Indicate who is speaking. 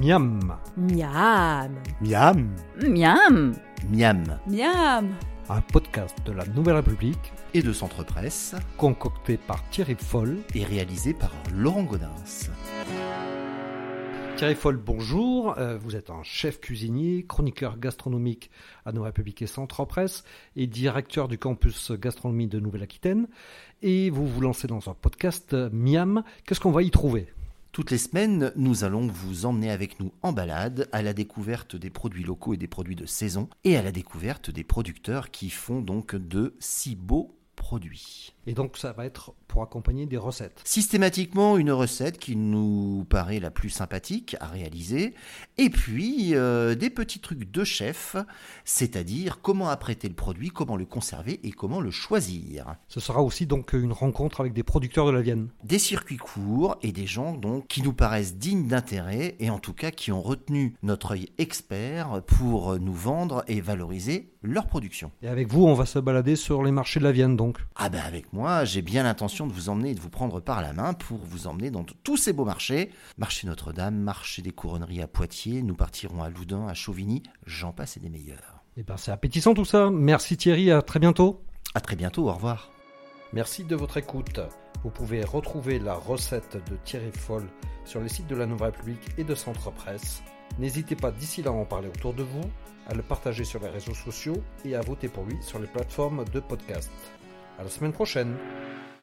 Speaker 1: Miam.
Speaker 2: Miam.
Speaker 3: Miam.
Speaker 2: Miam.
Speaker 3: Miam.
Speaker 2: Miam.
Speaker 1: Un podcast de la Nouvelle République
Speaker 3: Et de Centre Presse
Speaker 1: concocté par Thierry Foll.
Speaker 3: est réalisé par Laurent Godin.
Speaker 1: Thierry Foll, bonjour. Euh, vous êtes un chef cuisinier, chroniqueur gastronomique à Nouvelle République et Centre Presse et directeur du campus gastronomie de Nouvelle-Aquitaine. Et vous vous lancez dans un podcast euh, Miam. Qu'est-ce qu'on va y trouver
Speaker 3: Toutes les semaines, nous allons vous emmener avec nous en balade à la découverte des produits locaux et des produits de saison et à la découverte des producteurs qui font donc de si beaux produits.
Speaker 1: Et donc, ça va être pour accompagner des recettes.
Speaker 3: Systématiquement, une recette qui nous paraît la plus sympathique à réaliser et puis euh, des petits trucs de chef, c'est-à-dire comment apprêter le produit, comment le conserver et comment le choisir.
Speaker 1: Ce sera aussi donc une rencontre avec des producteurs de la Vienne.
Speaker 3: des circuits courts et des gens donc qui nous paraissent dignes d'intérêt et en tout cas qui ont retenu notre œil expert pour nous vendre et valoriser leur production.
Speaker 1: Et avec vous, on va se balader sur les marchés de la Vienne donc.
Speaker 3: Ah ben avec moi, j'ai bien l'intention de vous emmener et de vous prendre par la main pour vous emmener dans t- tous ces beaux marchés. Marché Notre-Dame, marché des couronneries à Poitiers, nous partirons à Loudun, à Chauvigny, j'en passe et des meilleurs.
Speaker 1: Eh ben, c'est appétissant tout ça. Merci Thierry, à très bientôt.
Speaker 3: À très bientôt, au revoir.
Speaker 1: Merci de votre écoute. Vous pouvez retrouver la recette de Thierry Foll sur les sites de la Nouvelle République et de Centre Presse. N'hésitez pas d'ici là à en parler autour de vous, à le partager sur les réseaux sociaux et à voter pour lui sur les plateformes de podcast. À la semaine prochaine.